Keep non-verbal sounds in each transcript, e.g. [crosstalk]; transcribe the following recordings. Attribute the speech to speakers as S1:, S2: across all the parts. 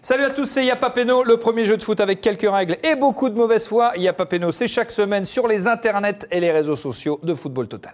S1: Salut à tous, c'est Yapapeno, le premier jeu de foot avec quelques règles et beaucoup de mauvaise foi. Yapapeno, c'est chaque semaine sur les internets et les réseaux sociaux de Football Total.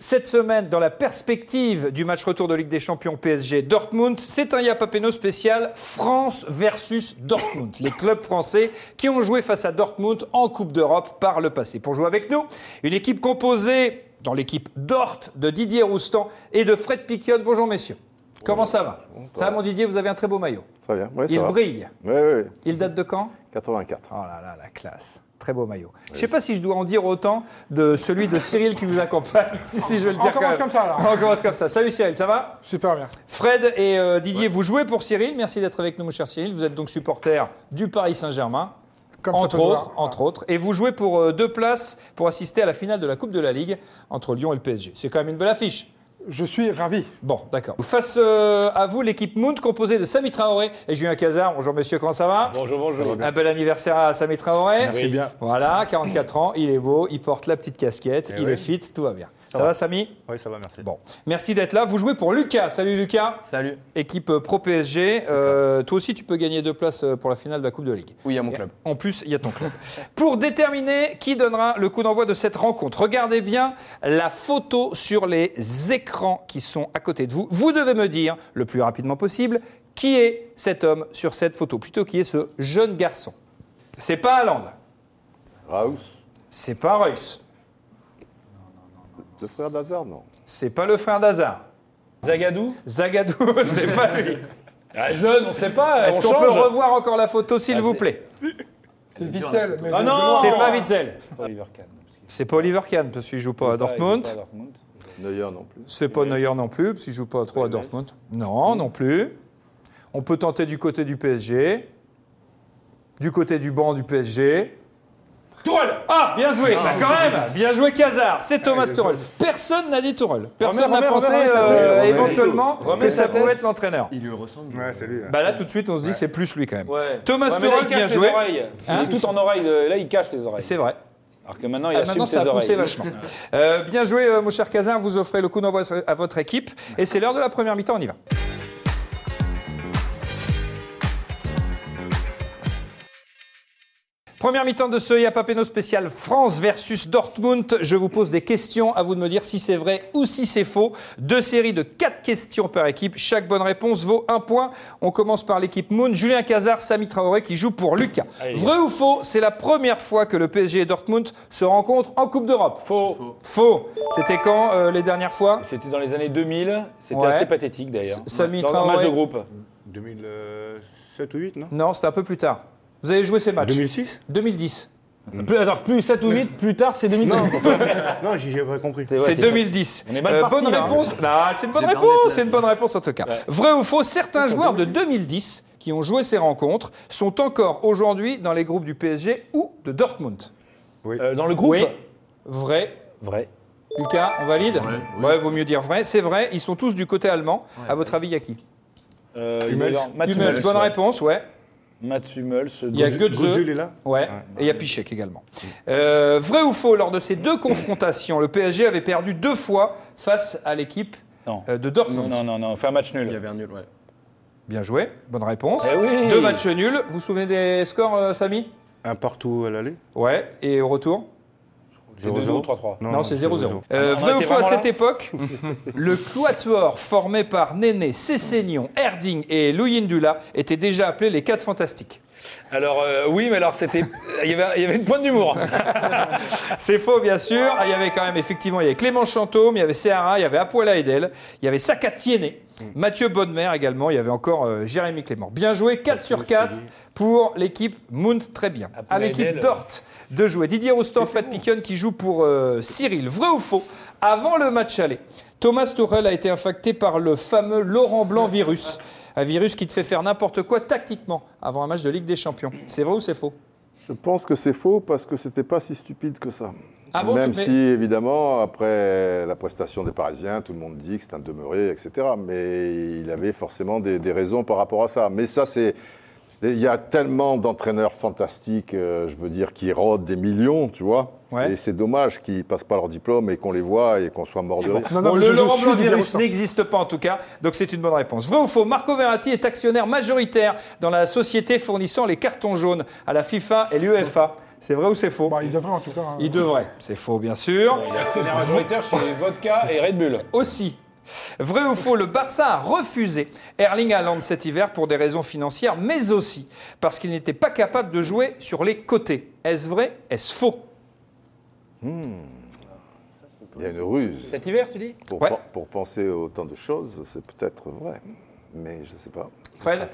S1: Cette semaine, dans la perspective du match retour de Ligue des Champions PSG Dortmund, c'est un Yapapeno spécial France versus Dortmund. Les clubs français qui ont joué face à Dortmund en Coupe d'Europe par le passé. Pour jouer avec nous, une équipe composée dans l'équipe Dort de Didier Roustan et de Fred Piquion. Bonjour messieurs. Comment ça va Ça va mon Didier, vous avez un très beau maillot.
S2: Très bien. Oui, ça
S1: Il
S2: va.
S1: brille.
S2: Oui, oui, oui.
S1: Il date de quand
S2: 84.
S1: Oh là là, la classe. Très beau maillot. Je ne sais pas si je dois en dire autant de celui de Cyril qui vous accompagne. [laughs] si, si, je vais le
S3: On
S1: dire
S3: commence
S1: quand même.
S3: comme ça, alors.
S1: On commence comme ça. Salut Cyril, ça va
S3: Super bien.
S1: Fred et euh, Didier, vous jouez pour Cyril. Merci d'être avec nous, mon cher Cyril. Vous êtes donc supporter du Paris Saint-Germain,
S3: Comme ça
S1: entre
S3: peut se
S1: autres,
S3: voir.
S1: entre autres. Et vous jouez pour euh, deux places pour assister à la finale de la Coupe de la Ligue entre Lyon et le PSG. C'est quand même une belle affiche.
S3: Je suis ravi.
S1: Bon, d'accord. Face euh, à vous, l'équipe Mound composée de Sami Traoré et Julien Cazard. Bonjour monsieur, comment ça va
S4: Bonjour, bonjour.
S1: Un bel anniversaire à Sami Traoré.
S4: Merci Oui. bien.
S1: Voilà, 44 ans, il est beau, il porte la petite casquette, il est fit, tout va bien. Eh Ça, va, Samy
S5: Oui, ça va, merci.
S1: Bon, merci d'être là. Vous jouez pour Lucas. Salut Lucas,
S6: Salut.
S1: équipe euh, Pro PSG. Euh, toi aussi, tu peux gagner deux places euh, pour la finale de la Coupe de Ligue.
S6: Oui, à mon
S1: Et
S6: club.
S1: En plus, il y a ton club. [laughs] Pour déterminer qui donnera le coup d'envoi de cette rencontre, regardez bien la photo sur les écrans qui sont à côté de vous. Vous devez me dire le plus rapidement possible qui est cet homme sur cette photo, plutôt qui est ce jeune garçon. C'est pas Allende,
S2: Raus,
S1: c'est pas Reus,
S2: le frère d'Hazard, non
S1: c'est pas le frère d'Hazard.
S4: Zagadou
S1: Zagadou, [laughs] c'est pas lui.
S4: ah, Jeune, on sait pas,
S1: Est-ce
S4: on
S1: qu'on peut
S4: change.
S1: revoir encore la photo, s'il
S4: Ah,
S1: vous
S4: c'est-
S1: plaît
S3: C'est Vitzel. mais
S4: Ah
S3: je-
S4: non
S1: C'est pas Witzel.
S4: Oliver Kahn. parce qu'il
S1: C'est pas Oliver Kahn, parce qu'il joue pas à
S4: joue pas- il joue
S1: Dortmund.
S4: pas à Dortmund.
S2: Neuer non plus.
S1: C'est pas Neuer non plus, parce qu'il joue pas trop à Dortmund. Non, non plus. On peut tenter du côté du PSG. Du côté du banc du PSG. Tourelle Ah, bien joué bah, Quand même Bien joué Cazard, c'est Thomas Tourelle. Personne n'a dit Tourelle. Personne n'a
S4: remets,
S1: pensé
S4: remets sa
S1: euh,
S2: tête.
S1: éventuellement
S4: Remets
S1: que
S4: sa
S1: ça
S4: tête.
S1: pouvait être l'entraîneur.
S6: Il lui ressemble.
S1: Bah là, tout de suite, on se dit c'est plus lui quand même.
S4: Ouais.
S1: Thomas
S4: mais là,
S1: Tuchel,
S4: il cache
S1: bien
S4: les
S1: joué.
S4: oreilles. Il
S1: Hein
S4: est tout en oreille. de- Là, il cache les oreilles.
S1: Ah, C'est vrai.
S4: Alors que maintenant, il
S1: Ah,
S4: assume
S1: maintenant,
S4: ses
S1: ça a poussé
S4: oreilles.
S1: vachement. [laughs] Euh, bien joué, euh, mon cher Cazin. Vous offrez le coup d'envoi à votre équipe. Et c'est l'heure de la première mi-temps. On y va. Première mi-temps de ce Yapapeno spécial France versus Dortmund. Je vous pose des questions à vous de me dire si c'est vrai ou si c'est faux. Deux séries de quatre questions par équipe. Chaque bonne réponse vaut un point. On commence par l'équipe Moon. Julien Cazard, Sami Traoré qui joue pour Lucas.
S4: Allez.
S1: Vrai ou faux C'est la première fois que le PSG et Dortmund se rencontrent en Coupe d'Europe.
S4: Faux.
S1: Faux. C'était quand euh, les dernières fois
S4: C'était dans les années 2000. C'était
S1: Ouais.
S4: assez pathétique d'ailleurs.
S1: S- Samy
S4: dans un
S1: Traoré.
S4: match de groupe.
S5: 2007 ou 8, non
S1: Non, c'était un peu plus tard. Vous avez joué ces matchs
S5: 2006
S1: 2010.
S4: Plus, alors, plus 7 ou 8, plus tard, c'est 2000.
S5: Non, j'ai j'ai pas compris.
S4: Ouais,
S1: c'est
S4: t'es
S1: 2010.
S4: On est mal parti,
S1: Euh, bonne
S4: là.
S1: réponse. Non, c'est une bonne
S6: J'ai bien
S1: réponse.
S6: déplacé.
S1: C'est une bonne réponse en tout cas. Vrai ou faux Certains joueurs de 2010 qui ont joué ces rencontres sont encore aujourd'hui dans les groupes du PSG ou de Dortmund.
S4: Euh, dans le groupe
S1: Oui. Vrai.
S4: Vrai.
S1: Lucas, on valide
S6: Vrai, oui.
S1: Ouais, vaut mieux dire vrai. C'est vrai. Ils sont tous du côté allemand.
S6: Ouais,
S1: à votre avis, il y a qui
S4: Euh, il
S5: Hummels.
S4: est dans- Mats
S1: Hummels,
S4: Hummels.
S1: Bonne réponse, ouais.
S4: Mats Hummels.
S1: Il y a
S4: Goethe.
S1: Goetze.
S5: Gozul est là
S1: Ouais, bah, et il y a Pichek également. Euh, vrai ou faux, lors de ces deux confrontations, le PSG avait perdu deux fois face à l'équipe
S4: Non.
S1: euh, de Dortmund.
S4: Non, non, non, non. Faire match
S6: Il y
S4: nul.
S6: avait un nul, ouais.
S1: Bien joué, bonne réponse.
S4: Eh oui.
S1: Deux matchs nuls. Vous vous souvenez des scores, euh, Samy
S5: Un partout à l'aller
S1: Ouais, et au retour
S4: C'est 2-0 ou 3-3.
S1: Non, c'est 0-0.
S4: Ah,
S1: Euh,
S4: on
S1: vrai ou
S4: était
S1: faux, à
S4: vraiment là
S1: cette
S4: [laughs]
S1: époque, le quatuor formé par Néné, Cessignon, Erding et Luyindula était déjà appelé les quatre fantastiques.
S4: Alors, euh, oui, mais alors, c'était. Il y avait il y avait une pointe d'humour.
S1: C'est faux, bien sûr. Ah, il y avait quand même, effectivement, il y avait Clément Chantôme, il y avait Seara, il y avait Apoela Edel, il y avait Saka Tiéné,
S2: Mm.
S1: Mathieu Bonnemer également, il y avait encore euh, Jérémy Clément. Bien joué, 4 sur 4 pour l'équipe Mount, très bien. À
S4: Apoulaïdel,
S1: l'équipe
S4: euh.
S1: Dort de jouer Didier Roustan, Fred Piquion qui joue pour euh, Cyril. Vrai ou faux Avant le match aller, Thomas Tuchel a été infecté par le fameux Laurent Blanc virus. Un virus qui te fait faire n'importe quoi tactiquement avant un match de Ligue des Champions. C'est vrai ou c'est faux
S2: Je pense que c'est faux parce que c'était pas si stupide que ça.
S1: Ah bon,
S2: Même
S1: tu- mais-
S2: si, évidemment, après la prestation des Parisiens, tout le monde dit que c'est un demeuré, etc. Mais il avait forcément des, des raisons par rapport à ça. Mais ça, c'est. Il y a tellement d'entraîneurs fantastiques, euh, je veux dire, qui rôdent des millions, tu vois.
S1: Ouais.
S2: Et c'est dommage qu'ils passent pas leur diplôme et qu'on les voit et qu'on soit mort de rire.
S3: Non,
S1: Bon, le
S3: mais je- je
S1: Laurent
S3: suis
S1: Blanc
S3: Didier
S1: virus
S3: Roustan.
S1: n'existe pas en tout cas, donc c'est une bonne réponse. Vrai ou faux Marco Verratti est actionnaire majoritaire dans la société fournissant les cartons jaunes à la FIFA et l'UEFA. C'est vrai ou c'est faux
S3: Bah, il devrait en tout cas. hein.
S1: Il devrait. C'est faux, bien sûr.
S4: Il est actionnaire majoritaire chez Vodka et Red Bull.
S1: Aussi. Vrai ou faux, le Barça a refusé Erling Haaland cet hiver pour des raisons financières, mais aussi parce qu'il n'était pas capable de jouer sur les côtés. Est-ce vrai Est-ce faux
S2: Il y a une ruse.
S4: Cet hiver, tu dis
S2: Pour,
S1: Ouais.
S2: pen- pour penser autant de choses, c'est peut-être vrai. Mais je sais pas.
S1: Fred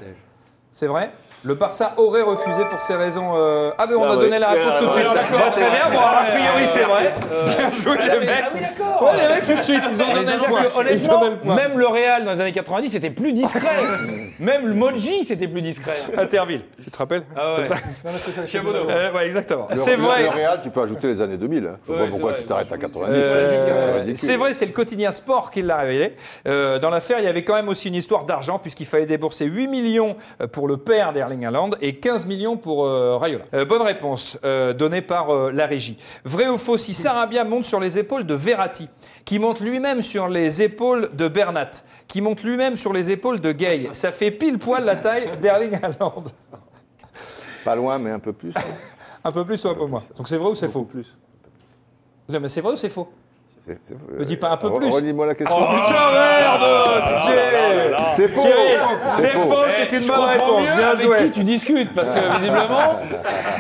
S1: C'est vrai Le Barça aurait refusé pour ces raisons. euh, Ah ben on a donné la réponse tout de suite. D'accord, très bien. Bon, alors, a priori c'est vrai. [laughs] Bien joué les
S4: Ah,
S1: mecs.
S4: d'accord
S1: Ouais, les mecs tout de suite, ils ont donné le point. Ils ont donné le
S4: Honnêtement,
S1: point.
S4: même le Real dans les années 90, c'était plus discret. même le Moji, c'était plus discret.
S1: Interville, tu te rappelles
S4: Ah ouais.
S3: Non, mais c'est ça, c'est-
S4: Chiabono.
S1: Euh, Ouais, exactement.
S2: Le-
S1: C'est
S2: le-
S1: vrai.
S2: Le Real, tu peux ajouter les années 2000. hein. Je
S4: Ouais,
S2: vois
S4: c'est
S2: pourquoi
S4: vrai.
S2: tu t'arrêtes à
S4: Moi, je
S2: 90.
S1: Euh,
S2: c'est ridicule.
S1: c'est vrai, c'est le quotidien Sport qui l'a révélé. Euh, dans l'affaire, il y avait quand même aussi une histoire d'argent, puisqu'il fallait débourser 8 millions euh, pour le père d'Erling Haaland et 15 millions pour euh, Raiola. Euh, bonne réponse euh, donnée par euh, la régie. Vrai ou faux, si Sarabia monte sur les épaules de Verratti, qui monte lui-même sur les épaules de Bernat, qui monte lui-même sur les épaules de Gay, ça fait pile poil la taille d'Erling Haaland.
S2: Pas loin, mais un peu plus. hein.
S1: [laughs] Un peu plus ou un peu moins Donc c'est vrai ou c'est faux plus. Non, mais c'est vrai ou c'est faux
S2: Ne
S1: dis pas un peu plus.
S2: euh, Relis-moi la question.
S1: Putain, merde
S2: ah,
S1: Thierry
S2: c'est faux.
S1: C'est faux, Eh, c'est une
S4: Je
S1: bonne
S4: comprends
S1: réponse.
S4: mieux
S1: Bien
S4: avec qui
S1: joué.
S4: tu discutes, parce que visiblement,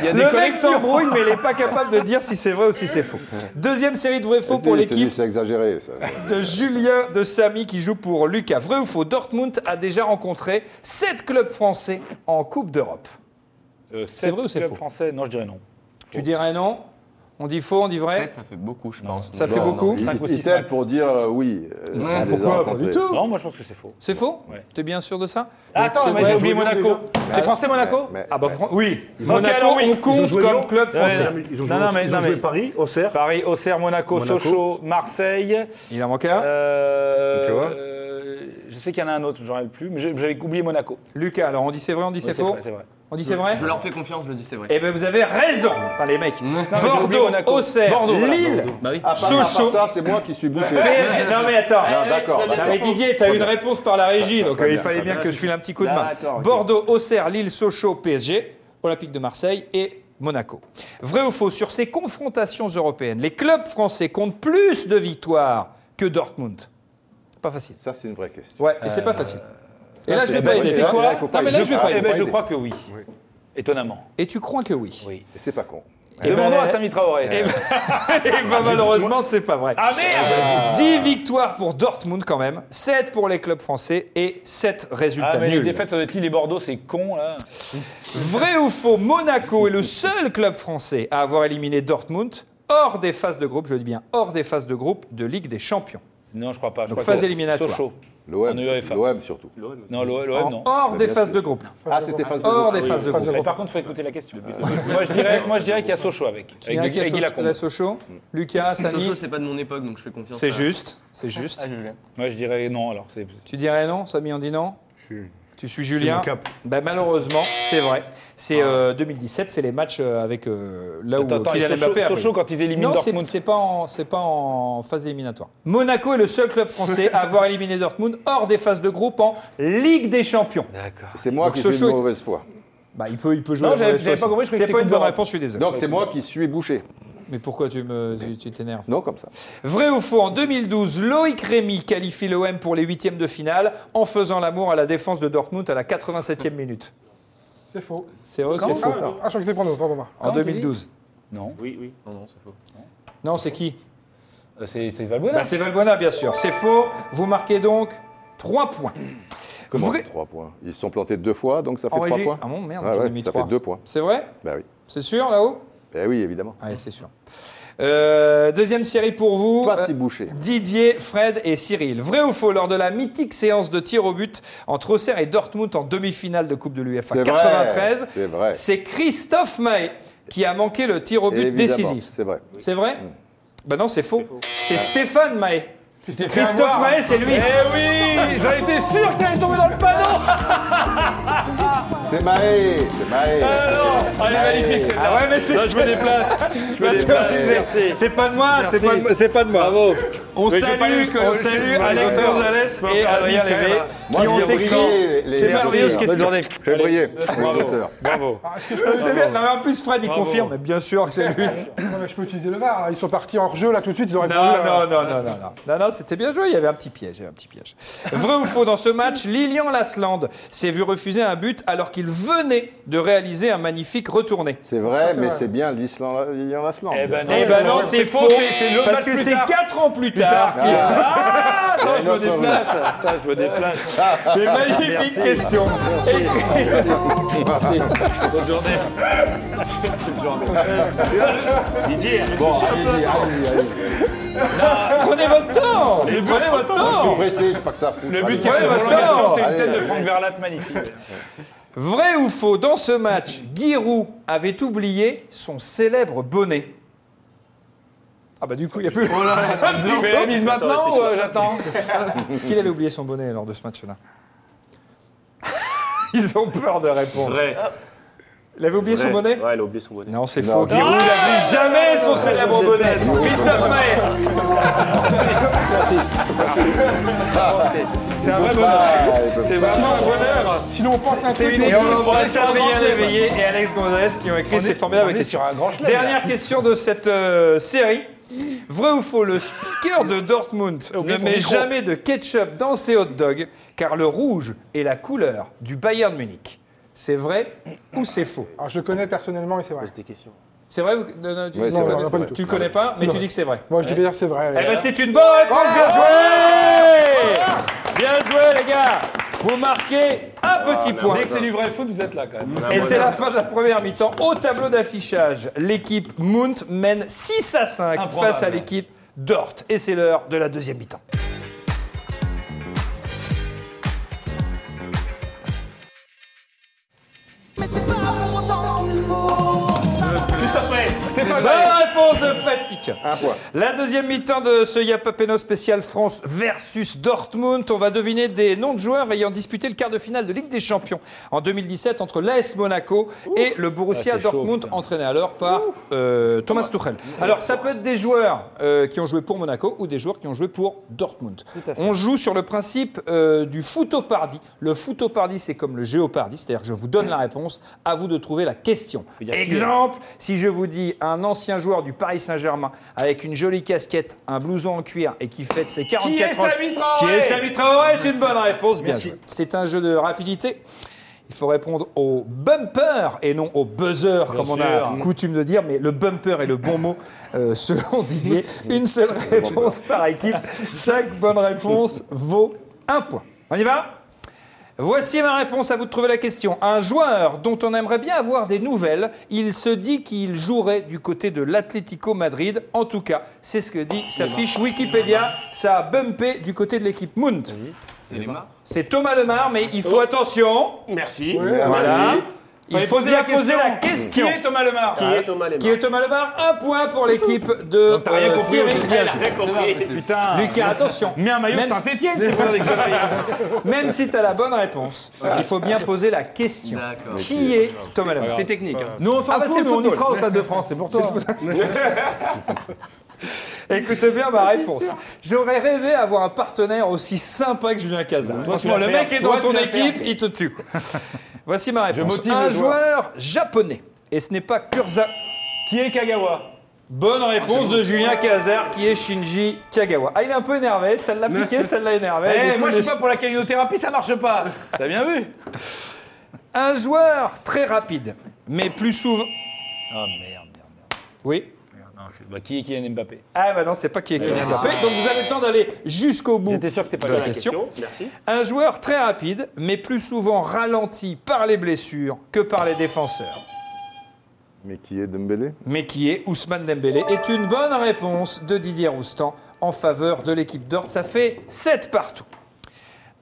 S4: il y a des
S1: Le mec
S4: connexions.
S1: s'embrouille, mais il n'est pas capable de dire si c'est vrai ou si c'est faux. Deuxième série de vrai-faux pour
S2: Je te dis,
S1: l'équipe
S2: C'est exagéré. ça.
S1: de Julien de Samy qui joue pour Lucas. Vrai ou faux, Dortmund a déjà rencontré 7 clubs français en Coupe d'Europe.
S4: c'est
S1: vrai ou c'est faux
S4: français Non, je dirais non.
S1: Tu dirais non On dit faux, on dit vrai
S6: 7, ça fait beaucoup, je pense.
S1: Eh. Ça fait
S2: Non,
S1: beaucoup.
S2: non,
S4: Cinq
S2: il-
S4: ou
S2: il
S4: six
S2: t'aide
S4: max.
S2: pour dire euh, oui. euh,
S6: Non,
S2: je les ai
S1: Pourquoi Pas
S2: rencontrés.
S1: du tout
S4: Non, moi je pense que c'est faux.
S1: C'est faux
S4: Ouais. Ah,
S1: T'es bien sûr de ça
S4: Attends,
S1: C'est
S4: mais
S1: vrai.
S4: j'ai oublié
S5: Ils ont joué
S4: Monaco. C'est français Monaco
S2: Mais-
S1: Ah bah fran- oui,
S5: ont-
S1: Monaco,
S4: alors, oui.
S1: on compte comme club français.
S5: Ils ont
S4: Non,
S5: joué,
S4: non, mais-
S5: ils ont
S4: non,
S5: joué
S4: mais-
S5: Paris, Auxerre.
S4: Paris, Auxerre, Monaco,
S5: Monaco.
S4: Sochaux, Marseille.
S1: Il en manquait un
S4: Euh,
S5: Tu vois
S4: euh, Je sais qu'il y en a un autre, j'en ai plus, mais j'ai- j'avais oublié Monaco.
S1: Lucas, alors on dit c'est vrai, on dit
S4: Oui,
S1: c'est faux
S4: vrai, C'est vrai.
S1: On dit c'est vrai
S6: Je leur fais confiance, je le dis, c'est vrai.
S1: Eh bien, vous avez raison, Putain, les mecs.
S4: j'ai oublié
S1: Bordeaux,
S4: Monaco.
S1: Auxerre,
S4: Bordeaux, voilà,
S1: Lille, Ah,
S6: Bah oui.
S2: À part- à part
S1: Sochaux.
S2: ça, c'est moi qui suis bouché.
S1: PSG. Non, mais attends.
S2: Ah, bah, D'accord.
S1: Non, mais Didier, t'as eu une réponse par la régie, donc
S2: très
S1: euh, il
S2: bien,
S1: fallait
S2: très
S1: bien
S6: bien.
S1: que je file un petit coup de main.
S5: D'accord, ok.
S1: Bordeaux, Auxerre, Lille, Sochaux, PSG, Olympique de Marseille et Monaco. Vrai ou faux, sur ces confrontations européennes, les clubs français comptent plus de victoires que Dortmund Pas facile.
S2: Ça, c'est une vraie question.
S1: Ouais, et c'est pas facile. Et là, je
S2: c'est-
S1: vais
S4: ben,
S2: bah,
S1: pas
S2: oui,
S1: aider.
S2: c'est
S1: hein.
S2: quoi
S1: Non,
S2: il faut pas
S1: mais là,
S2: aider.
S1: je vais
S2: Ah,
S1: pas
S4: Eh
S1: aider.
S4: ben,
S2: pas
S4: je
S2: aidé.
S4: crois que oui. Étonnamment.
S1: Et tu crois que oui
S4: Oui.
S2: Et c'est pas con.
S1: Eh ben,
S4: Demandons à Samy Traoré.
S1: Eh [laughs] ben, malheureusement, c'est pas vrai.
S4: Ah merde
S1: 10 victoires pour Dortmund quand même, 7 pour les clubs français et 7 résultats
S4: Ah, mais les
S1: nuls.
S4: défaites, ça doit être Lille et Bordeaux, c'est con là.
S1: Vrai ou faux, Monaco est le seul club français à avoir éliminé Dortmund hors des phases de groupe, je dis bien hors des phases de groupe de Ligue des Champions.
S4: Non, je crois pas. Je
S1: Donc,
S4: crois
S1: phase
S4: que-
S1: éliminatoire.
S4: Sochaux.
S2: L'OM,
S4: En
S1: E
S4: UEFA.
S2: l'OM surtout.
S4: Non, l'O- l'OM, non.
S1: Hors des
S2: bien
S1: phases
S2: sûr.
S1: de groupe.
S2: Ah, c'était phase de
S1: Hors
S2: groupe.
S1: des phases de
S3: Phase de
S1: groupe.
S4: Mais par contre, il faut écouter la question. [laughs] moi, je dirais, moi, je dirais qu'il y a Sochaux avec.
S1: Il y a
S4: avec
S1: qui
S4: Guy
S1: a
S4: Lacombe.
S1: la Sochaux, Lucas, Samy.
S6: Soso, c'est pas de mon époque, donc je fais confiance.
S1: C'est
S6: à-
S1: juste, c'est juste.
S6: à Julien.
S4: Moi, je dirais non, alors. C'est...
S1: Tu dirais non, Samy, on dit non
S5: Je suis-
S1: Tu suis
S5: c'est
S1: Julien
S5: mon cap.
S1: Ben, malheureusement, c'est vrai. C'est euh, 2017, c'est les matchs euh, avec euh, là où
S4: Attends, attends,
S1: Kylian
S4: et Sochaux,
S1: Mbappé a
S4: Sochaux, quand ils éliminent
S1: Non, c'est
S4: Dortmund.
S1: c'est pas, en- c'est pas en phase éliminatoire. Monaco est le seul club français à avoir éliminé Dortmund hors des phases de groupe en Ligue des Champions.
S6: D'accord.
S2: C'est moi
S1: Donc,
S2: qui suis de
S1: Sochaux est-
S2: mauvaise foi.
S1: Bah, il peut, il peut jouer.
S4: Non,
S1: la
S4: j'avais-
S1: mauvaise
S4: j'avais
S1: foi,
S4: pas compris,
S1: ça.
S4: je croyais que
S1: C'est pas une
S4: c'était coup de
S1: bonne
S4: barre.
S1: réponse, je suis désolé.
S2: Donc, c'est moi qui suis bouché.
S1: Mais pourquoi tu me, Euh, tu- tu t'énerves
S2: Non, comme ça.
S1: Vrai ou faux En 2012, Loïc Rémy qualifie l'OM pour les huitièmes de finale en faisant l'amour à la défense de Dortmund à la 87e minute.
S3: C'est faux.
S1: C'est vrai ou
S3: Ah,
S1: c'est faux
S3: ah, je crois que c'était pour nous, pardon. pardon.
S1: En 2012.
S4: Non.
S6: Non, non, c'est faux.
S1: Non, c'est qui
S4: Euh, C'est, c'est Valbuena.
S1: Bah, c'est Valbuena, bien sûr. C'est faux. Vous marquez donc 3 points.
S2: Comment
S1: Vrai-
S2: 3 points Ils se sont plantés deux fois, donc ça fait
S1: En
S2: 3
S1: régie
S2: points.
S1: Ah bon, merde,
S2: Ouais,
S1: j'en ai
S2: ouais,
S1: mis
S2: ça
S1: 3.
S2: fait 2 points.
S1: C'est vrai
S2: Bah oui.
S1: C'est sûr, là-haut
S2: Eh oui, évidemment.
S1: Allez, c'est sûr. Euh, deuxième série pour vous.
S2: Pas
S1: Euh,
S2: si bouché.
S1: Didier, Fred et Cyril. Vrai ou faux, lors de la mythique séance de tir au but entre Auxerre et Dortmund en demi-finale de Coupe de l'UEFA
S2: C'est
S1: 93,
S2: vrai. C'est vrai.
S1: c'est Christophe Maé qui a manqué le tir au but
S2: Évidemment, Mm.
S1: décisif. Bah
S2: C'est vrai. Ah.
S1: C'est vrai Ben non, c'est faux. C'est Stéphane Maé Christophe Maé, c'est lui.
S4: Eh oui J'en étais sûr qu'elle allait tomber dans le panneau
S2: C'est Maé C'est Maé
S4: non Oh, Elle est magnifique celle-là
S1: Ah ouais, mais c'est Bah,
S4: Je me déplace Je me déplace
S1: C'est pas de moi, c'est pas de moi, c'est pas de moi.
S4: Bravo
S1: On
S4: Mais je vais pas aller
S1: salue,
S4: jusque-
S1: on
S4: je-
S1: salue
S4: je-
S1: Alex
S4: je-
S1: Gonzalez et
S4: faire
S1: Adrien
S4: un disque,
S1: Lévy
S4: hein.
S1: qui
S2: Moi,
S1: ont
S2: je vais
S1: écrit
S2: briller les-
S1: ces
S2: les-
S1: merveilleuses questions.
S2: Je vais briller, les auteurs.
S4: Bravo
S1: Ah, [laughs] c'est bien. Non, mais en plus, Fred, il
S4: Bravo.
S1: confirme. Bien sûr que c'est
S2: [laughs]
S1: lui.
S3: Non, mais je peux utiliser le VAR. là. Ils sont partis hors jeu là tout de suite. Ils auraient
S1: Non,
S3: voulu, euh,
S1: non, non, non, non, non. Non, non, c'était bien joué. Il y avait un petit piège. il y avait un petit piège. Vrai ou faux, dans ce match, Lilian Lasland s'est vu refuser un but alors qu'il venait de réaliser un magnifique retourné.
S2: C'est vrai, mais
S3: vrai.
S2: c'est bien l'Islande. l'Islande.
S4: Eh ben non,
S1: Eh
S4: c'est
S1: ben
S4: faux.
S1: non, c'est faux.
S4: c'est- c'est le
S1: Parce
S4: match
S1: que
S4: plus
S1: c'est
S4: tard.
S1: 4 ans plus tard. qu'il-
S4: Ah Attends, je me
S2: notre
S4: déplace Attends, je me déplace
S1: Des magnifiques questions.
S4: Bonne
S1: [laughs]
S4: journée Didier
S2: Bon, allez-y, allez-y, allez-y.
S1: Prenez votre temps. Prenez votre
S2: Je suis
S1: temps.
S2: pressé, je sais pas que ça fout.
S4: Le but qui
S2: Allez.
S4: a fait
S1: Ouais, bah,
S4: prolongation, c'est une
S2: allez,
S4: tête de
S2: allez.
S4: Franck Verlat magnifique
S1: [laughs] Vrai ou faux, dans ce match, Giroud avait oublié son célèbre bonnet. Ah bah du coup, il n'y a plus... Ah,
S4: Tu fais la mise maintenant ou euh, j'attends
S1: Est-ce qu'il avait oublié son bonnet lors de ce match-là [laughs] Ils ont peur de répondre.
S7: Vrai.
S1: Il avait oublié son bonnet
S7: Ouais, elle a oublié son bonnet.
S1: Non, c'est
S2: Non.
S1: faux. Ah, Giroud n'oublie jamais son célèbre bonnet. Christophe Maé
S4: C'est un vrai bonheur
S2: Ah, il peut-
S4: C'est vraiment un bonheur
S3: Sinon, on pense à un
S1: C'est
S3: truc.
S1: une
S3: on-
S1: équipe. On
S4: on est
S1: embrasse
S4: sur un grand
S1: Adrien
S4: chelem.
S1: Léveillé et Alex Gonzalez qui ont écrit ces formidables
S4: On est
S1: questions.
S4: sur un grand chelem là.
S1: Dernière question de cette euh, série. Vrai ou faux, le speaker de Dortmund
S4: oublié
S1: ne
S4: son
S1: met
S4: micro.
S1: jamais de ketchup dans ses hot dogs car le rouge est la couleur du Bayern Munich. C'est vrai ou c'est faux
S3: Alors, je connais personnellement et c'est vrai.
S7: Pose des questions.
S1: C'est vrai ou non, non, tu,
S2: Ouais,
S1: tu
S2: c'est
S1: connais-
S2: vrai, c'est
S1: tu
S2: vrai.
S1: le connais pas, mais
S3: C'est
S1: tu dis que c'est vrai.
S3: Moi, je devais dire c'est vrai.
S1: Eh ben c'est une bonne réponse, bien joué Bien joué les gars Vous marquez un petit point.
S4: Dès que c'est du vrai foot, vous êtes là quand même.
S1: Et c'est la fin de la première mi-temps. Au tableau d'affichage, l'équipe Mount mène 6 à 5
S4: Improbable.
S1: face à l'équipe Dort. Et c'est l'heure de la deuxième mi-temps.
S8: Mais c'est ça pour autant qu'il faut.
S1: Bonne réponse de Fred Piquet.
S2: Un point.
S1: La deuxième mi-temps de ce Yapapeno spécial France versus Dortmund. On va deviner des noms de joueurs ayant disputé le quart de finale de Ligue des Champions en 2017 entre l'AS Monaco et le Borussia
S4: Ah, c'est chaud,
S1: Dortmund,
S4: putain.
S1: entraîné alors par euh, Thomas Tuchel. Alors ça peut être des joueurs euh, qui ont joué pour Monaco ou des joueurs qui ont joué pour Dortmund. On joue sur le principe euh, du foot au pardi. Le foot au pardi, c'est comme le géopardi, c'est-à-dire que je vous donne la réponse, à vous de trouver la question.
S7: dire qui est.
S1: Exemple, si je vous dis un ancien joueur du Paris Saint-Germain avec une jolie casquette, un blouson en cuir et qui fête ses 44
S4: Qui est
S1: ans.
S4: Samy
S1: Qui
S4: Traoré
S1: est Samy Traoré est une bonne réponse, bien joué. C'est un jeu de rapidité. Il faut répondre au bumper et non au buzzer, comme on a
S4: sûr.
S1: coutume de dire, mais le bumper est le bon mot euh, [laughs] selon Didier. Une seule réponse par équipe. Chaque bonne réponse vaut un point. On y va Voici ma réponse, à vous de trouver la question. Un joueur dont on aimerait bien avoir des nouvelles, il se dit qu'il jouerait du côté de l'Atlético Madrid. En tout cas, c'est ce que dit sa fiche Wikipédia. Ça a bumpé du côté de l'équipe Mount.
S6: C'est les marques.
S1: C'est Thomas Lemar, mais il faut attention.
S7: Merci.
S1: Voilà. Il
S4: Fallait
S1: faut
S4: poser
S1: bien
S4: la
S1: poser
S4: question.
S1: la
S4: Qui
S1: question.
S4: est Thomas Lemar
S7: Qui est Thomas
S1: Qui est Thomas Lebar Un point pour l'équipe de
S4: T'as rien
S1: euh,
S4: compris au
S1: Cyril.
S4: final,
S1: Bien
S4: t'as
S1: joué.
S4: rien compris. Putain
S1: Lucas, attention.
S4: hein. Mets un maillot de
S1: Même si-
S4: Saint-Etienne, c'est pour des conneries.
S1: [laughs] Même si tu as la bonne réponse, il faut bien poser la question.
S6: D'accord.
S1: Qui est Thomas Lebar
S6: C'est technique. hein.
S1: Nous, on s'en
S4: fout, nous, on y sera
S1: au Stade de France, c'est pour toi. [laughs] Écoutez bien ma réponse. J'aurais rêvé avoir un partenaire aussi sympa que Julien Cazard. Franchement,
S4: tu
S1: le
S4: l'as fait.
S1: mec est
S4: Toi,
S1: dans ton
S4: tu l'as fait.
S1: équipe, il te tue.
S4: [laughs]
S1: quoi. Voici ma réponse.
S4: motive
S1: un
S4: le joueur.
S1: joueur japonais, et ce n'est pas Kurza.
S4: Qui est Kagawa
S1: Bonne
S4: Ah,
S1: réponse de Julien Cazard qui est Shinji Kagawa. Ah, il est un peu énervé, ça l'a
S4: [laughs]
S1: piqué, ça l'a énervé.
S4: Eh,
S1: Du coup,
S4: moi je
S1: le-
S4: suis pas pour la calinothérapie, ça marche pas T'as bien vu
S1: Un joueur très rapide, mais plus souvent.
S4: Oh merde, merde,
S1: Oui.
S4: merde. Bah, qui est Kylian Mbappé
S1: Ah, bah non, c'est pas qui est Kylian Mbappé. Donc vous avez le temps d'aller jusqu'au bout.
S4: J'étais sûr que c'était pas
S1: de la
S4: la
S1: question.
S7: Merci.
S1: Un joueur très rapide, mais plus souvent ralenti par les blessures que par les défenseurs.
S2: Mais qui est Dembélé
S1: Mais qui est Ousmane Dembélé est une bonne réponse de Didier Roustan en faveur de l'équipe d'Or. Ça fait 7 partout.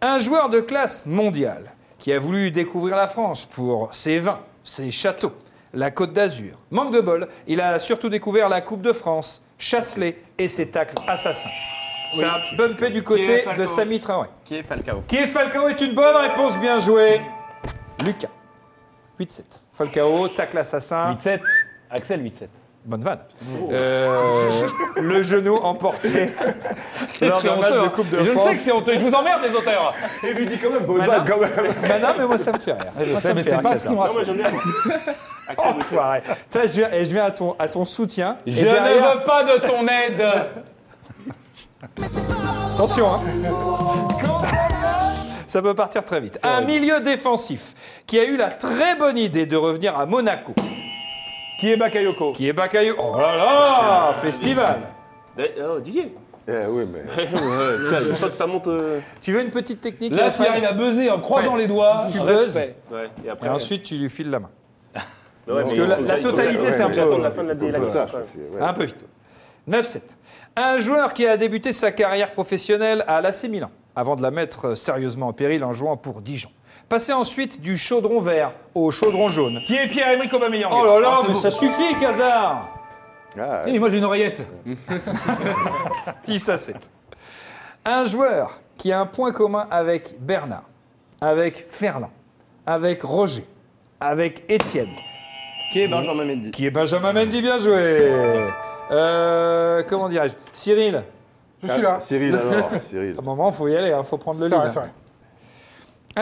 S1: Un joueur de classe mondiale qui a voulu découvrir la France pour ses vins, ses châteaux, la Côte d'Azur. Manque de bol, il a surtout découvert la Coupe de France, Chasselet et ses tacles assassins. Ça a bumpé du côté
S6: Falcao.
S1: de Samy Traoré.
S6: Qui est Falcao
S1: Qui est Falcao est une bonne réponse, bien joué. Lucas. 8-7. Falcao, tacle assassin.
S4: 8-7. Axel 8-7.
S1: Bonne vanne. Euh, le genou [laughs] emporté lors d'un match de Coupe de
S4: hein. Je le sais que
S1: France.
S4: c'est honteux. Je vous emmerde, les auteurs.
S5: Et lui dit quand même, bonne vanne, quand même.
S1: Mais non, mais moi, ça me fait rire. Moi, ça me fait rire, ça.
S4: me rassure.
S1: [laughs] Enfoiré. Ça, je viens, et je viens à ton, à ton soutien. Et
S4: Je
S1: derrière-
S4: ne veux pas de ton aide.
S1: Attention, hein. Ça peut partir très vite. Un milieu défensif qui a eu la très bonne idée de revenir à Monaco.
S4: Qui est Bakayoko
S1: Qui est Bakayo. Oh là là Festival
S7: Oh, Didier
S2: Eh oui, mais.
S7: Ouais, putain, je crois que ça monte. euh,
S1: [laughs] Tu veux une petite technique
S4: Là, s'il
S1: Raphaël
S4: arrive à buzzer en croisant
S1: Ouais.
S4: les doigts, Ah,
S1: Tu
S4: respect.
S7: Ouais, et après. hein.
S1: Et ensuite, tu lui files la main.
S7: Bah [laughs] ouais,
S1: parce
S7: mais
S1: que
S7: il
S1: la-
S7: faut-
S1: la
S7: il faut-
S1: totalité,
S7: ouais,
S1: c'est un
S7: mais
S1: peu-
S7: J'attends la fin de la
S2: Faut qu'on le
S7: délation.
S2: sache
S7: quoi.
S2: aussi, ouais.
S1: Un peu vite. 9-7. Un joueur qui a débuté sa carrière professionnelle à l'AC Milan, avant de la mettre sérieusement en péril en jouant pour Dijon. Passez ensuite du chaudron vert au chaudron jaune.
S4: Qui est Pierre-Emerick Aubameyang Ah,
S1: Oh là là,
S6: c'est
S1: mais
S6: beau.
S1: ça suffit, Kazar
S2: Ah,
S4: Eh, mais moi j'ai une oreillette.
S1: [laughs] 10 à 7. Un joueur qui a un point commun avec Bernard, avec Ferland, avec Roger, avec Étienne,
S6: Qui est Benjamin Mendy
S1: qui est Benjamin Mendy, bien joué Euh, Comment dirais-je Cyril,
S3: Je suis là. [laughs]
S2: Cyril, alors. Cyril.
S1: à un moment, faut y aller, il faut prendre le
S3: C'est
S1: lead.
S3: vrai,
S1: hein.
S3: c'est vrai.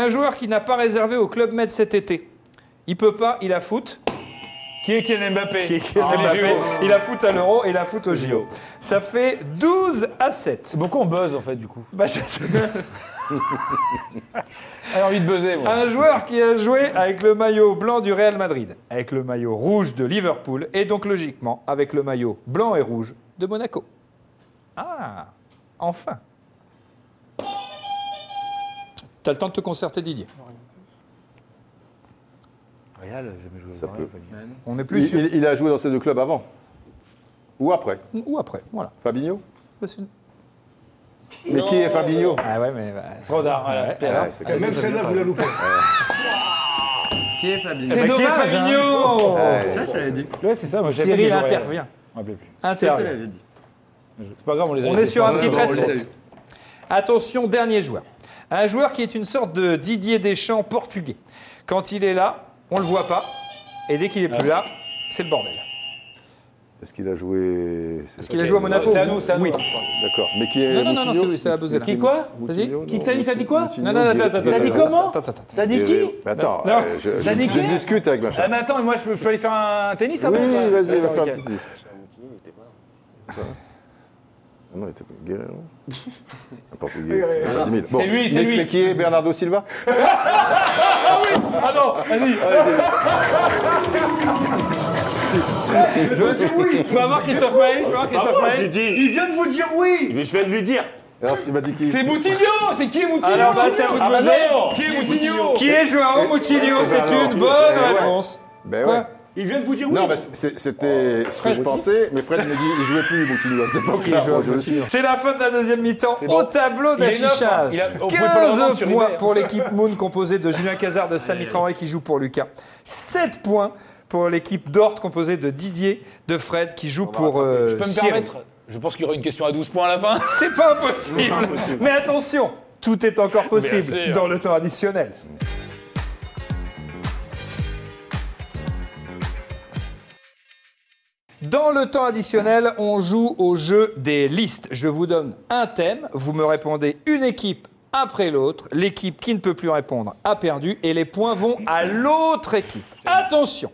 S1: Un joueur qui n'a pas réservé au Club Med cet été. Il peut pas, il a foot.
S4: Qui est Kylian Mbappé
S1: Qui est- qui est
S4: Ah, les
S1: Mbappé.
S4: JO.
S1: il a foot à l'euro et il a foot au JO. Ça fait 12 à 7.
S4: Beaucoup on buzz en fait du coup.
S1: Bah, ça- ça-
S4: [laughs] J'ai envie de buzzer moi.
S1: Un joueur qui a joué avec le maillot blanc du Real Madrid, avec le maillot rouge de Liverpool et donc logiquement avec le maillot blanc et rouge de Monaco. Ah, enfin. T'as le temps de te concerter, Didier.
S2: Ça peut.
S1: On est plus
S2: Il,
S1: sûr.
S2: il- il a joué dans ces deux clubs avant Ou après
S1: Ou après, voilà. Bah,
S2: Fabinho
S1: C'est une-
S2: Mais qui est Fabinho
S1: Ah ouais, mais... bah,
S4: Trop tard, voilà.
S2: Ah, c'est clair.
S5: Même celle-là, vous la loupez.
S6: Qui est Fabien
S1: C'est
S4: dommage, hein.
S1: dommage, Fabinho Euh,
S2: Ouais.
S6: Tiens, je te l'avais dit.
S4: Ouais, c'est ça, moi oh. j'ai
S1: Cyril intervient.
S6: Je te
S1: Intervient.
S6: l'avais dit.
S4: C'est pas grave, on les a
S1: On est
S4: laissés
S1: sur un
S4: parler.
S1: petit
S6: bon, on les a
S1: 13-7.
S6: eu.
S1: Attention, dernier joueur. Un joueur qui est une sorte de Didier Deschamps portugais. Quand il est là, on le voit pas. Et dès qu'il est
S2: Ah.
S1: plus là, c'est le bordel.
S2: Est-ce qu'il a joué. Est-ce
S1: qu'il a joué à Monaco
S4: C'est à nous, c'est à nous.
S1: Oui.
S4: hein, je crois.
S2: D'accord. Mais qui est.
S1: Non, non, non, non,
S2: Moutinho
S1: c'est- c'est à buzzer, là.
S2: Moutinho-
S4: Qui quoi
S1: Vas-y.
S2: Moutinho,
S4: Qui
S2: non,
S4: t'as dit- t'as dit quoi
S2: Moutinho,
S1: Non, non, non, attends, attends,
S2: Guerrero.
S4: T'as dit
S1: attends,
S4: comment
S1: attends, attends, attends.
S4: T'as dit qui
S2: Guerrero. Attends,
S4: Non.
S2: euh, je,
S4: T'as
S2: je-
S4: dit
S2: je
S4: qui
S2: discute avec machin.
S4: Ah, mais attends, mais moi je peux, je peux aller faire un tennis
S1: hein,
S2: oui,
S4: après ou pas
S2: vas-y, va
S4: D'accord,
S2: faire un
S4: ok.
S2: petit 10. Ah Non, il était pas
S1: [laughs]
S2: Guerrero. Un portugais. ça fait 10 000. Bon.
S4: C'est lui, c'est
S2: Mais-
S4: lui.
S2: Mais qui est Bernardo Silva
S4: [laughs] Ah non, vas-y. vas-y.
S1: Tu vas voir Christophe Maé, tu vas voir Christophe
S7: moi,
S1: Maé.
S7: j'ai dit.
S5: Il vient de vous dire oui
S7: Mais je viens de lui dire.
S2: Alors, il m'a dit qui
S4: C'est Moutinho C'est qui est Moutinho
S1: Alors, bah, c'est à vous de
S4: Ah, bah,
S1: buzzer.
S4: non Qui est Moutinho
S1: Qui est Joao Moutinho C'est une bonne
S2: ouais.
S1: réponse.
S2: Ben
S1: Quoi
S2: ouais.
S5: Il vient de vous dire oui Oh.
S2: Non, mais c'est- c'était ce que je pensais, mais Fred me dit il jouait plus Moutinho à
S5: [laughs]
S2: cette époque-là. Moi, je le suis.
S1: C'est la fin de la deuxième mi-temps. Au tableau
S4: Il est neuf, hein.
S1: d'affichage,
S4: Il a- on pouvait pas le revoir
S1: 15
S4: sur
S1: points
S4: eBay, hein.
S1: pour l'équipe Moon composée de Julien Cazard, de Samy Traoré qui joue pour Lucas. 7 points pour l'équipe d'Ort composée de Didier, de Fred qui joue pour euh,
S4: bah, Je peux me
S1: Cyril.
S4: permettre Je pense qu'il y aura une question à 12 points à la fin.
S1: C'est pas impossible. Mais attention, tout est encore possible
S4: Bien sûr.
S1: dans le temps additionnel. Dans le temps additionnel, on joue au jeu des listes. Je vous donne un thème, vous me répondez une équipe après l'autre. L'équipe qui ne peut plus répondre a perdu et les points vont à l'autre équipe. Attention,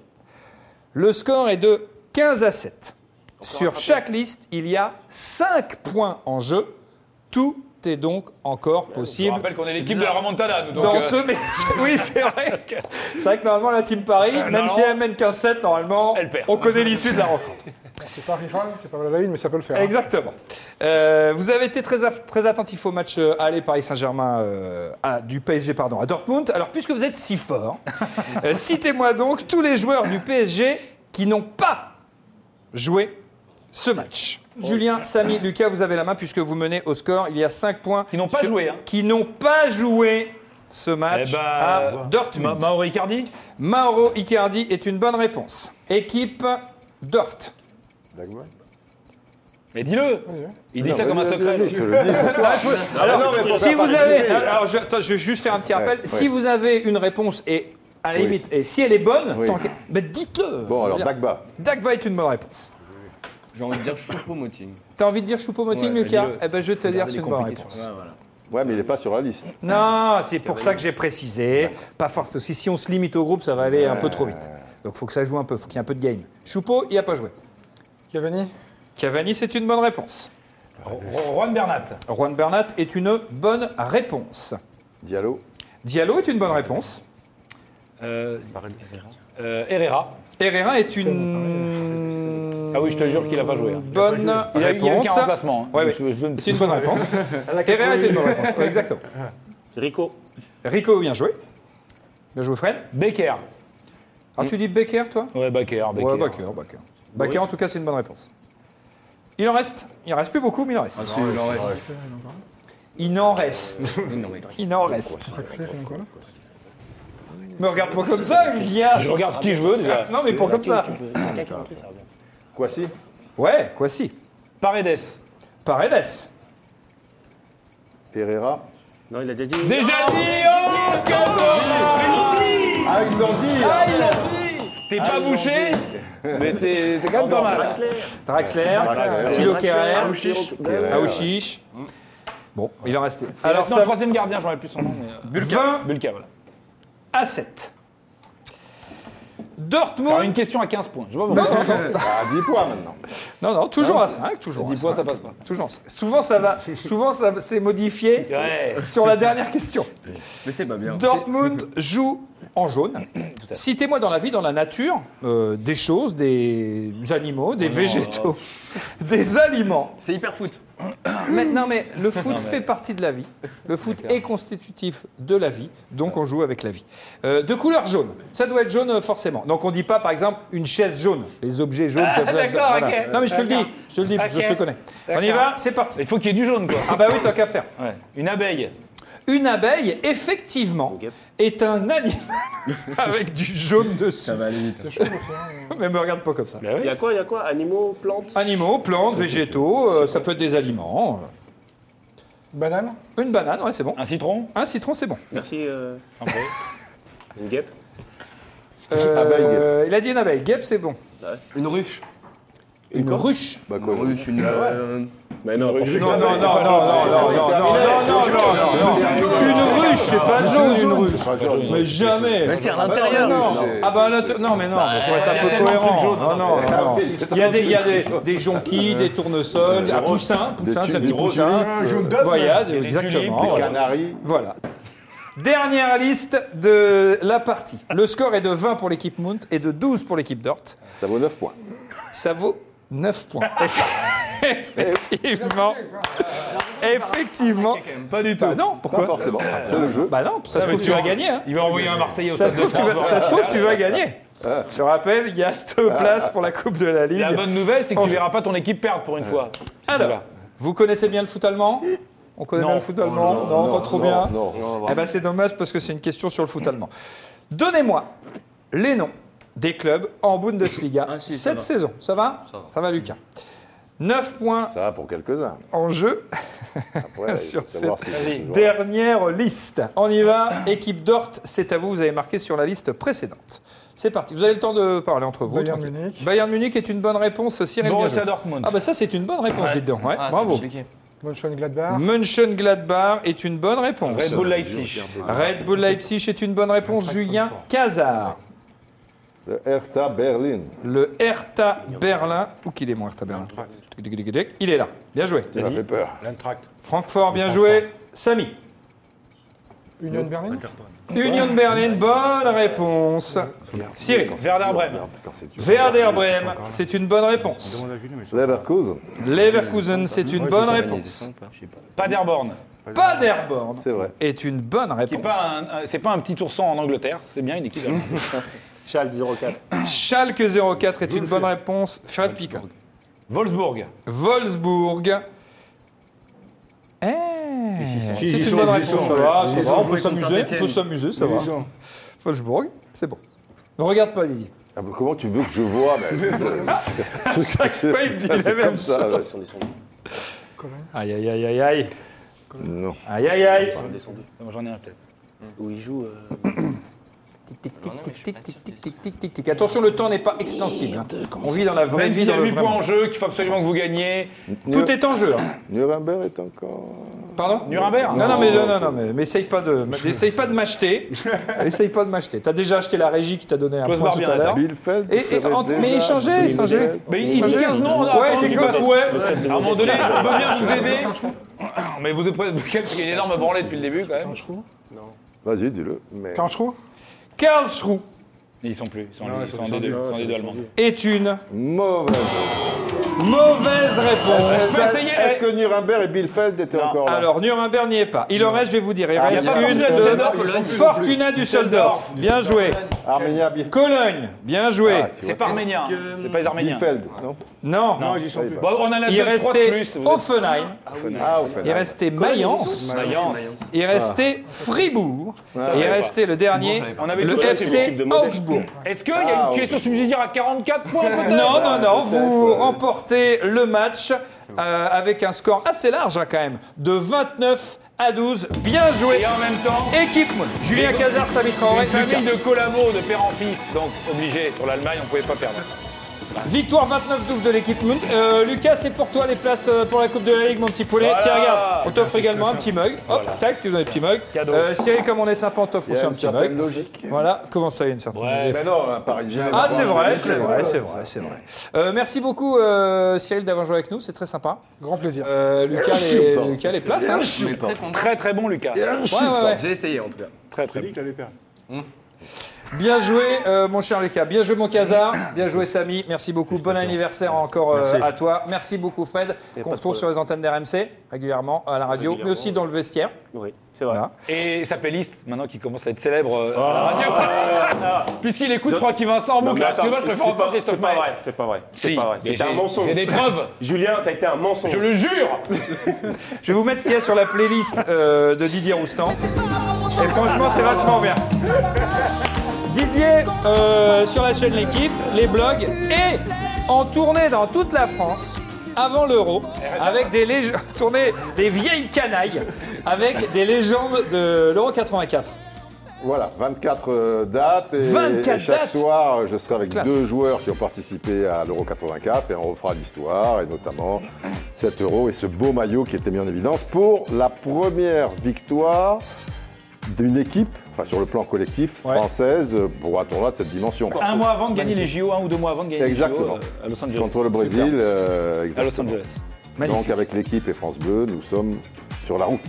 S1: le score est de 15 à 7. Sur chaque liste, il y a 5 points en jeu. Tout est donc encore
S4: Je
S1: possible
S4: rappelle qu'on est l'équipe de la remontada, nous. donc,
S1: dans
S4: euh,
S1: ce match. Oui, c'est vrai. que- C'est vrai que normalement, la Team Paris, même
S4: Euh, non.
S1: si elle mène qu'un 7, normalement,
S4: Elle perd.
S1: on connaît l'issue de la rencontre.
S3: C'est pas rival, c'est pas la ville, mais ça peut le faire. hein.
S1: Exactement. Euh, vous avez été très, aff- très attentif au match euh, aller Paris Saint-Germain euh, à- du PSG pardon, à Dortmund. Alors, puisque vous êtes si
S4: [laughs]
S1: fort, euh, citez-moi donc tous les joueurs du PSG qui n'ont pas joué ce match.
S4: Oh.
S1: Julien, Samy, Lucas, vous avez la main puisque vous menez au score. Il y a 5 points.
S4: Qui n'ont pas joué, hein.
S1: Qui n'ont pas joué ce match
S4: Eh ben,
S1: à
S4: euh,
S1: Dortmund.
S4: Ma- Mauro Icardi
S1: Mauro Icardi est une bonne réponse. Équipe Dort.
S4: Mais dis-le Il dit ça comme un secret.
S2: Je te le dis.
S1: Alors,
S7: non, mais pour
S1: si
S7: faire
S1: vous avez.
S7: participer.
S1: Alors, je, attends, je vais juste faire un petit rappel.
S2: Ouais,
S1: si
S2: ouais.
S1: vous avez une réponse et. À la
S2: Oui.
S1: limite, et si elle est bonne,
S2: Oui.
S1: tant que- ben, dites-le.
S2: Bon, alors,
S1: Je veux dire,
S2: Dagba.
S1: Dagba est une bonne réponse.
S6: J'ai envie de dire choupo-moting.
S1: T'as envie de dire Choupo-Moting,
S6: Ouais,
S1: Lucas
S6: dis-le.
S1: Eh ben, je vais te dire, c'est une bonne réponse.
S2: Ouais, mais il n'est pas sur la liste.
S1: Non, c'est pour ça que j'ai précisé. Pas force, parce que si on se limite au groupe, ça va aller un peu trop vite. Donc faut que ça joue un peu, faut qu'il y ait un peu de game. Choupo, il a pas joué.
S3: Cavani
S1: Cavani, c'est une bonne réponse.
S4: Juan Bernat.
S1: Juan Bernat est une bonne réponse.
S2: Diallo.
S1: Diallo est une bonne réponse.
S4: Euh, euh, Herrera.
S1: Herrera est une
S4: Ah oui, je te jure qu'il a pas joué. hein.
S1: bonne
S4: Il a, il a eu
S1: réponse.
S4: qu'un remplacement. hein.
S1: Ouais, ouais.
S4: Je- je- je-
S1: C'est une bonne [laughs] réponse. Herrera est une bonne réponse. [laughs] Ouais, exactement.
S7: Rico.
S1: Rico, bien joué. Bien joué, Fred.
S4: Becker.
S1: Ah, tu dis Becker, toi
S4: Ouais, Becker. Mm. Becker. Bah
S1: Ouais, Baker, Baker. Baker, en tout cas, c'est une bonne réponse. Il en reste. Il en reste plus beaucoup, mais il en
S4: Ah,
S1: reste.
S6: il en reste.
S1: Il en
S4: [laughs]
S1: reste.
S6: Non, mais
S1: Il en reste. Me regarde pas comme ça, Julien.
S4: Je regarde qui je veux déjà.
S1: Non, mais pas comme ça.
S2: Quoi si
S1: Ouais, quoi si.
S4: Paredes.
S1: Paredes.
S2: Herrera.
S7: Non, il a déjà dit.
S4: Déjà dit Oh, quel bon
S2: Ah, il l'ont dit
S4: T'es pas bouché, mais t'es t'es quand même pas mal.
S1: Draxler. Thilo Kerrer. Aouchiche. Bon, il en restait. Alors,
S4: non,
S1: ça
S4: troisième gardien, j'en ai plus son nom. Mais... euh,
S1: 20
S4: Bulka, voilà.
S1: à 7.
S4: Alors, une
S1: Dortmund.
S4: question à 15 points. Je sais pas pourquoi.
S2: À 10 points maintenant.
S1: Non, non, toujours à 5. Toujours à
S4: 10 points, ça passe pas.
S1: Toujours. Souvent, ça va. Souvent, ça s'est modifié
S4: Ouais.
S1: sur la dernière question.
S6: mais c'est pas bien. [laughs]
S1: Dortmund joue en jaune. Citez-moi dans la vie, dans la nature, euh, des choses, des animaux, des végétaux, [laughs] des aliments.
S6: C'est hyper foot.
S1: Mais, non, mais le foot fait partie de la vie. Le foot est constitutif de la vie, donc on joue avec la vie. Euh, de couleur jaune. Ça doit être jaune euh, forcément. Donc on dit pas, par exemple, une chaise jaune. Les objets jaunes. ça peut-
S4: Ah, d'accord,
S1: voilà.
S4: ok.
S1: Non, mais je te le dis.
S4: D'accord.
S1: Je te le dis parce que
S4: Ok.
S1: je te connais. On y
S4: D'accord.
S1: va. C'est parti.
S4: Il faut qu'il y ait du jaune, quoi.
S1: Ah bah oui, tant qu'à faire.
S4: Ouais. Une abeille.
S1: Une abeille, effectivement, est un animal [laughs] avec du jaune dessus.
S6: Ça va aller vite.
S4: hein.
S1: [laughs] Mais me regarde pas comme ça.
S7: Il y a quoi, il y a quoi Animaux, plantes
S1: Animaux, plantes, végétaux, euh, ça peut être des aliments. euh.
S3: Banane
S1: Une banane, ouais, c'est bon.
S4: Un citron.
S1: Un citron, c'est bon.
S7: Merci. euh,
S4: Un peu.
S7: Une guêpe
S1: Euh,
S2: Abeille, guêpe.
S1: Il a dit une abeille. Guêpe, c'est bon.
S6: Une ruche.
S1: Une, ruche.
S2: Bah quoi
S6: Une ruche, une. euh,
S7: Mais non,
S1: Non, non, non, non, non, non, non, non, non, non, non, non. Une ruche, c'est pas jaune, une ruche. Mais jamais.
S6: Mais c'est à l'intérieur.
S2: non.
S1: Ah bah là, t- non, mais non, il faut être un peu cohérent. Non, non, non, non. Il y a des, il y a des, des jonquilles, des tournesols, un poussin, poussin,
S2: tu-
S1: ça
S2: des
S1: dit
S5: Hein,
S1: poussin.
S5: Un jaune d'œuf
S1: Voilà,
S4: des tulipes,
S1: exactement.
S4: des
S1: voilà.
S2: Canaries.
S1: Voilà. Dernière liste de la partie. Le score est de 20 pour l'équipe Mount et de 12 pour l'équipe Dort.
S2: Ça vaut 9 points.
S1: Ça vaut 9 points. Effectivement. Effectivement. Pas du tout. non,
S2: Pas
S1: pourquoi
S2: forcément. C'est le jeu.
S1: Bah non, ça se
S4: mais
S1: trouve tu
S4: tu
S1: vas
S4: vas-
S1: gagner. hein.
S4: Il va envoyer un Marseillais au
S1: Ça
S4: Stade
S1: se
S4: de
S1: trouve tu vas,
S4: France.
S1: ça se trouve, tu vas gagner.
S2: Ah.
S1: Je rappelle, il y a deux places pour la Coupe de la Ligue.
S4: La bonne nouvelle, c'est que tu verras pas ton équipe perdre pour une fois.
S1: Alors, vous connaissez bien le foot allemand On connaît
S4: Non.
S1: bien le foot allemand Non, pas trop
S2: non,
S1: bien.
S2: Non.
S1: Eh ben, c'est dommage parce que c'est une question sur le foot allemand. Donnez-moi les noms des clubs en Bundesliga
S6: Ah, si, ça
S1: cette
S6: va.
S1: saison. Ça va
S6: Ça va.
S1: Lucas. 9 points
S2: Ça va pour quelques-uns.
S1: en jeu.
S2: Après, il faut
S1: Sur
S2: savoir si c'est toujours-
S1: Dernière liste. On y va. Équipe d'Ort, c'est à vous. Vous avez marqué sur la liste précédente. C'est parti. Vous avez le temps de parler entre vous.
S3: Bayern
S1: tranquille.
S3: Munich.
S1: Bayern Munich est une bonne réponse, Cyril. bien
S4: Borussia
S1: joué.
S4: Dortmund.
S1: Ah bah ça c'est une bonne réponse, dis donc. Ouais,
S6: Ah, c'est
S1: bravo.
S6: compliqué.
S3: Mönchengladbach.
S1: Mönchengladbach est une bonne réponse.
S4: Red Bull Leipzig.
S1: Red Bull Leipzig est une bonne réponse, Julien Cazard.
S2: Le Hertha Berlin.
S1: Le Hertha Berlin. Où qu'il est mon Hertha Berlin Il est là. Bien joué.
S2: Ça m'a fait peur.
S5: L'Eintracht.
S1: Francfort, bien joué. Samy.
S3: Union Berlin.
S1: Union de Berlin, bonne réponse. Cyril.
S4: Werder Bremen.
S2: Putain, c'est dur.
S1: Werder Bremen, c'est une bonne réponse.
S5: Demande à Julien, mais je
S2: Leverkusen.
S1: Leverkusen, c'est une bonne réponse.
S4: Paderborn.
S1: Paderborn
S2: C'est vrai.
S1: est une bonne
S4: Qui hein est
S1: réponse.
S4: pas un- un- C'est pas un petit ourson en Angleterre, c'est bien une équipe.
S7: Charles 04.
S1: Schalke 04 est une bonne réponse. Fred Picard.
S4: Wolfsburg.
S1: Wolfsburg. Eh,
S5: Si, ils
S1: c'est
S5: y
S1: une
S5: sont,
S1: bonne
S5: ils y
S1: réponse.
S5: sont,
S1: Ça
S5: ouais.
S1: va, ça
S6: Ils
S1: va,
S6: ont
S1: on peut
S6: joué contre
S1: s'amuser, on peut
S6: Saint-Étienne.
S1: s'amuser, ça va. Wolfsburg, c'est bon. Ne regarde pas Lily.
S2: Ah, mais comment tu veux que je vois Chaque
S1: Pipe dit la même chose.
S7: Ils sont descendus.
S1: Aïe, aïe, aïe, aïe, aïe.
S2: Non.
S1: Aïe, aïe, aïe.
S7: Ils sont descendus.
S4: Non, J'en ai un peut-être.
S7: Où ils jouent. euh,
S1: Attention, le temps n'est pas extensible. hein. On vit dans la vraie
S4: Même
S1: vie.
S4: s'il y a
S1: dans le
S4: 8
S1: vrai
S4: points en
S1: monde.
S4: jeu, qu'il faut absolument que vous gagniez.
S1: Tout est en jeu. hein.
S2: Nuremberg est encore.
S1: Pardon
S4: Nuremberg
S1: Non, non, mais non, non, non, mais, mais essaye pas de, essaye pas de m'acheter. essaye pas de m'acheter. T'as déjà acheté la régie qui t'a donné un
S4: Close
S1: point tout
S4: Barbier,
S1: à l'heure.
S2: Bielefeld
S1: Ah. Et- et
S2: serait
S1: en-
S2: déjà
S1: mais échangez, échangez.
S2: Bielefeld.
S4: Mais il dit 15 noms, on a
S1: Ouais,
S4: attendu
S1: t'es
S4: qu'il
S1: comme-
S4: fasse, ouais. À un moment donné, on veut bien vous aider. Mais vous êtes presque parce qu'il y a une énorme branlée depuis le début quand même.
S3: Carchou
S2: Vas-y, dis-le. Mais...
S3: Carchou
S1: Karlsruhe
S4: Mais ils sont plus, ils sont, ils sont des deux, ils sont des deux allemands.
S1: est une
S2: Mauvaise.
S1: mauvaise réponse.
S4: peut essayer,
S2: Est-ce que Nuremberg et Bielefeld étaient encore là
S1: eh. Alors, Nuremberg n'y est pas. Il en reste, je vais vous dire, il reste
S4: y a pas
S1: une
S4: Fortuna Düsseldorf,
S1: de...
S4: Cologne.
S1: Fortuna Düsseldorf. Bien joué.
S2: Arménia, Bielefeld.
S1: Cologne. Bien joué.
S2: Ah, tu
S4: C'est
S2: vois.
S4: pas arménien, hein. c'est pas les arméniens.
S2: Bielefeld, non
S1: Non.
S5: Non, ils y sont plus.
S4: Bon, on en a
S1: Il
S4: deux, trois de
S1: restait
S4: plus. vous êtes-
S1: Offenheim.
S2: Ah, au fait.
S1: Il restait Mayence.
S4: Mayence.
S1: Il restait Fribourg.
S2: Ah,
S1: Il
S4: ouais.
S1: restait le dernier,
S6: j'avais pas.
S4: On avait
S1: le
S4: tous la
S1: FC
S7: équipe de modèles.
S1: Augsbourg.
S4: Est-ce qu'il y a
S2: Ah,
S4: une
S2: ok. Ah,
S4: question subsidiaire à 44 points peut-être
S1: Non, non, non,
S2: peut-être,
S1: vous
S2: ouais.
S1: remportez le match euh, avec un score assez large hein, quand même, de 29 à 12. Bien joué.
S4: Et en même temps,
S1: Équipe Moon. Julien
S4: Et-
S1: Cazard, Samy Traoré,
S4: une famille
S1: Lucas.
S4: de collabos de père en fils, donc obligé sur l'Allemagne, on pouvait pas perdre.
S1: Victoire 29-12 de l'équipe Moon. Euh, Lucas, c'est pour toi les places euh, pour la Coupe de la Ligue, mon petit poulet.
S4: Voilà.
S1: Tiens, regarde, on t'offre également un petit mug. Hop, tac, tu donnes un petit mug.
S4: Cadeau.
S1: Euh, Cyril, comme on est sympa, on t'offre
S2: Il y
S1: aussi
S2: a
S1: un
S2: une
S1: petit
S2: certaine
S1: mug.
S2: logique.
S1: Voilà, comment ça, il y a une certaine.
S4: bah,
S2: Mais non, un Parisien.
S1: Ah, c'est vrai, c'est vrai, c'est vrai, c'est vrai. Euh, merci beaucoup, euh, Cyril, d'avoir joué avec nous, c'est très sympa.
S3: Grand plaisir.
S1: Euh, Lucas,
S2: Merci,
S1: les,
S2: pardon.
S1: Lucas, les places. hein.
S6: Je suis pas.
S4: Très très bon Lucas.
S1: Ouais, ouais, ouais.
S6: J'ai essayé en tout cas.
S4: Très très
S5: dit que t'avais perdu.
S1: Bien joué, euh, mon cher Lucas. Bien joué, mon casar. Bien joué, Samy. Merci beaucoup. Bon anniversaire encore euh, à toi. Merci beaucoup, Fred, qu'on retrouve sur les antennes d'RMC régulièrement à la radio, mais aussi dans le vestiaire.
S7: Oui, c'est vrai.
S1: Voilà.
S4: Et sa playlist, maintenant qui commence à être célèbre euh,
S7: Ah,
S4: à la radio. Puisqu'il écoute Francky Vincent en
S7: Non,
S4: boucle.
S7: mais
S4: Parce que
S7: attends,
S4: moi, je préfère
S7: c'est
S4: encore
S7: pas-
S4: Christophe
S7: C'est pas
S4: Maé.
S7: vrai, c'est pas vrai. C'est
S4: Si,
S7: pas vrai.
S4: mais
S7: C'était
S4: j'ai-
S7: un mensonge.
S4: J'ai des preuves,
S7: Julien, ça a été un mensonge.
S4: je le jure.
S1: Je vais vous mettre ce qu'il y a sur la playlist euh, de Didier Roustan. Et franchement, c'est vachement bien. Didier, euh, sur la chaîne L'équipe, les blogs et en tournée dans toute la France avant l'euro, avec des lég- [laughs] tournée des vieilles canailles, avec des légendes de l'euro 84.
S2: Voilà, 24 euh, dates et,
S1: 24
S2: et chaque
S1: dates.
S2: soir, euh, je serai avec
S1: Classe.
S2: deux joueurs qui ont participé à l'Euro 84 et on refera l'histoire et notamment cet Euro et ce beau maillot qui était mis en évidence pour la première victoire d'une équipe, enfin sur le plan collectif
S1: Ouais.
S2: française euh, pour un tournoi de cette dimension.
S4: Un mois avant de gagner les JO, un ou deux mois avant de gagner
S2: Exactement.
S4: les JO euh, à Los Angeles.
S2: Contre le Brésil, euh,
S4: À Los
S2: exactement.
S4: Angeles.
S2: Donc avec l'équipe et France Bleu, nous sommes sur la route.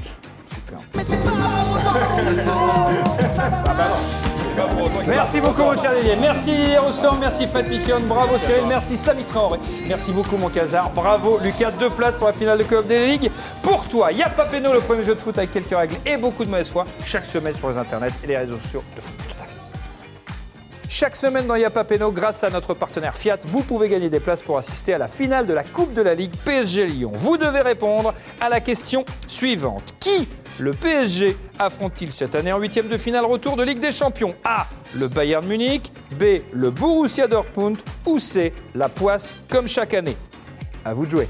S1: Merci beaucoup, mon cher Didier. Merci Rostand, merci Fred Piquion, bravo Cyril, merci Samy Traoré, merci beaucoup, mon casar, bravo Lucas. Deux places pour la finale de Coop des Ligues. Pour toi, Y'a pas Péno, le premier jeu de foot avec quelques règles et beaucoup de mauvaise foi, chaque semaine sur les internets et les réseaux sociaux de foot. Chaque semaine dans Y'a pas Péno, grâce à notre partenaire Fiat, vous pouvez gagner des places pour assister à la finale de la Coupe de la Ligue PSG Lyon. Vous devez répondre à la question suivante. Qui le PSG affronte-t-il cette année en huitième de finale retour de Ligue des Champions A. Le Bayern Munich, B. Le Borussia Dortmund ou C. La Poisse comme chaque année. À vous de jouer.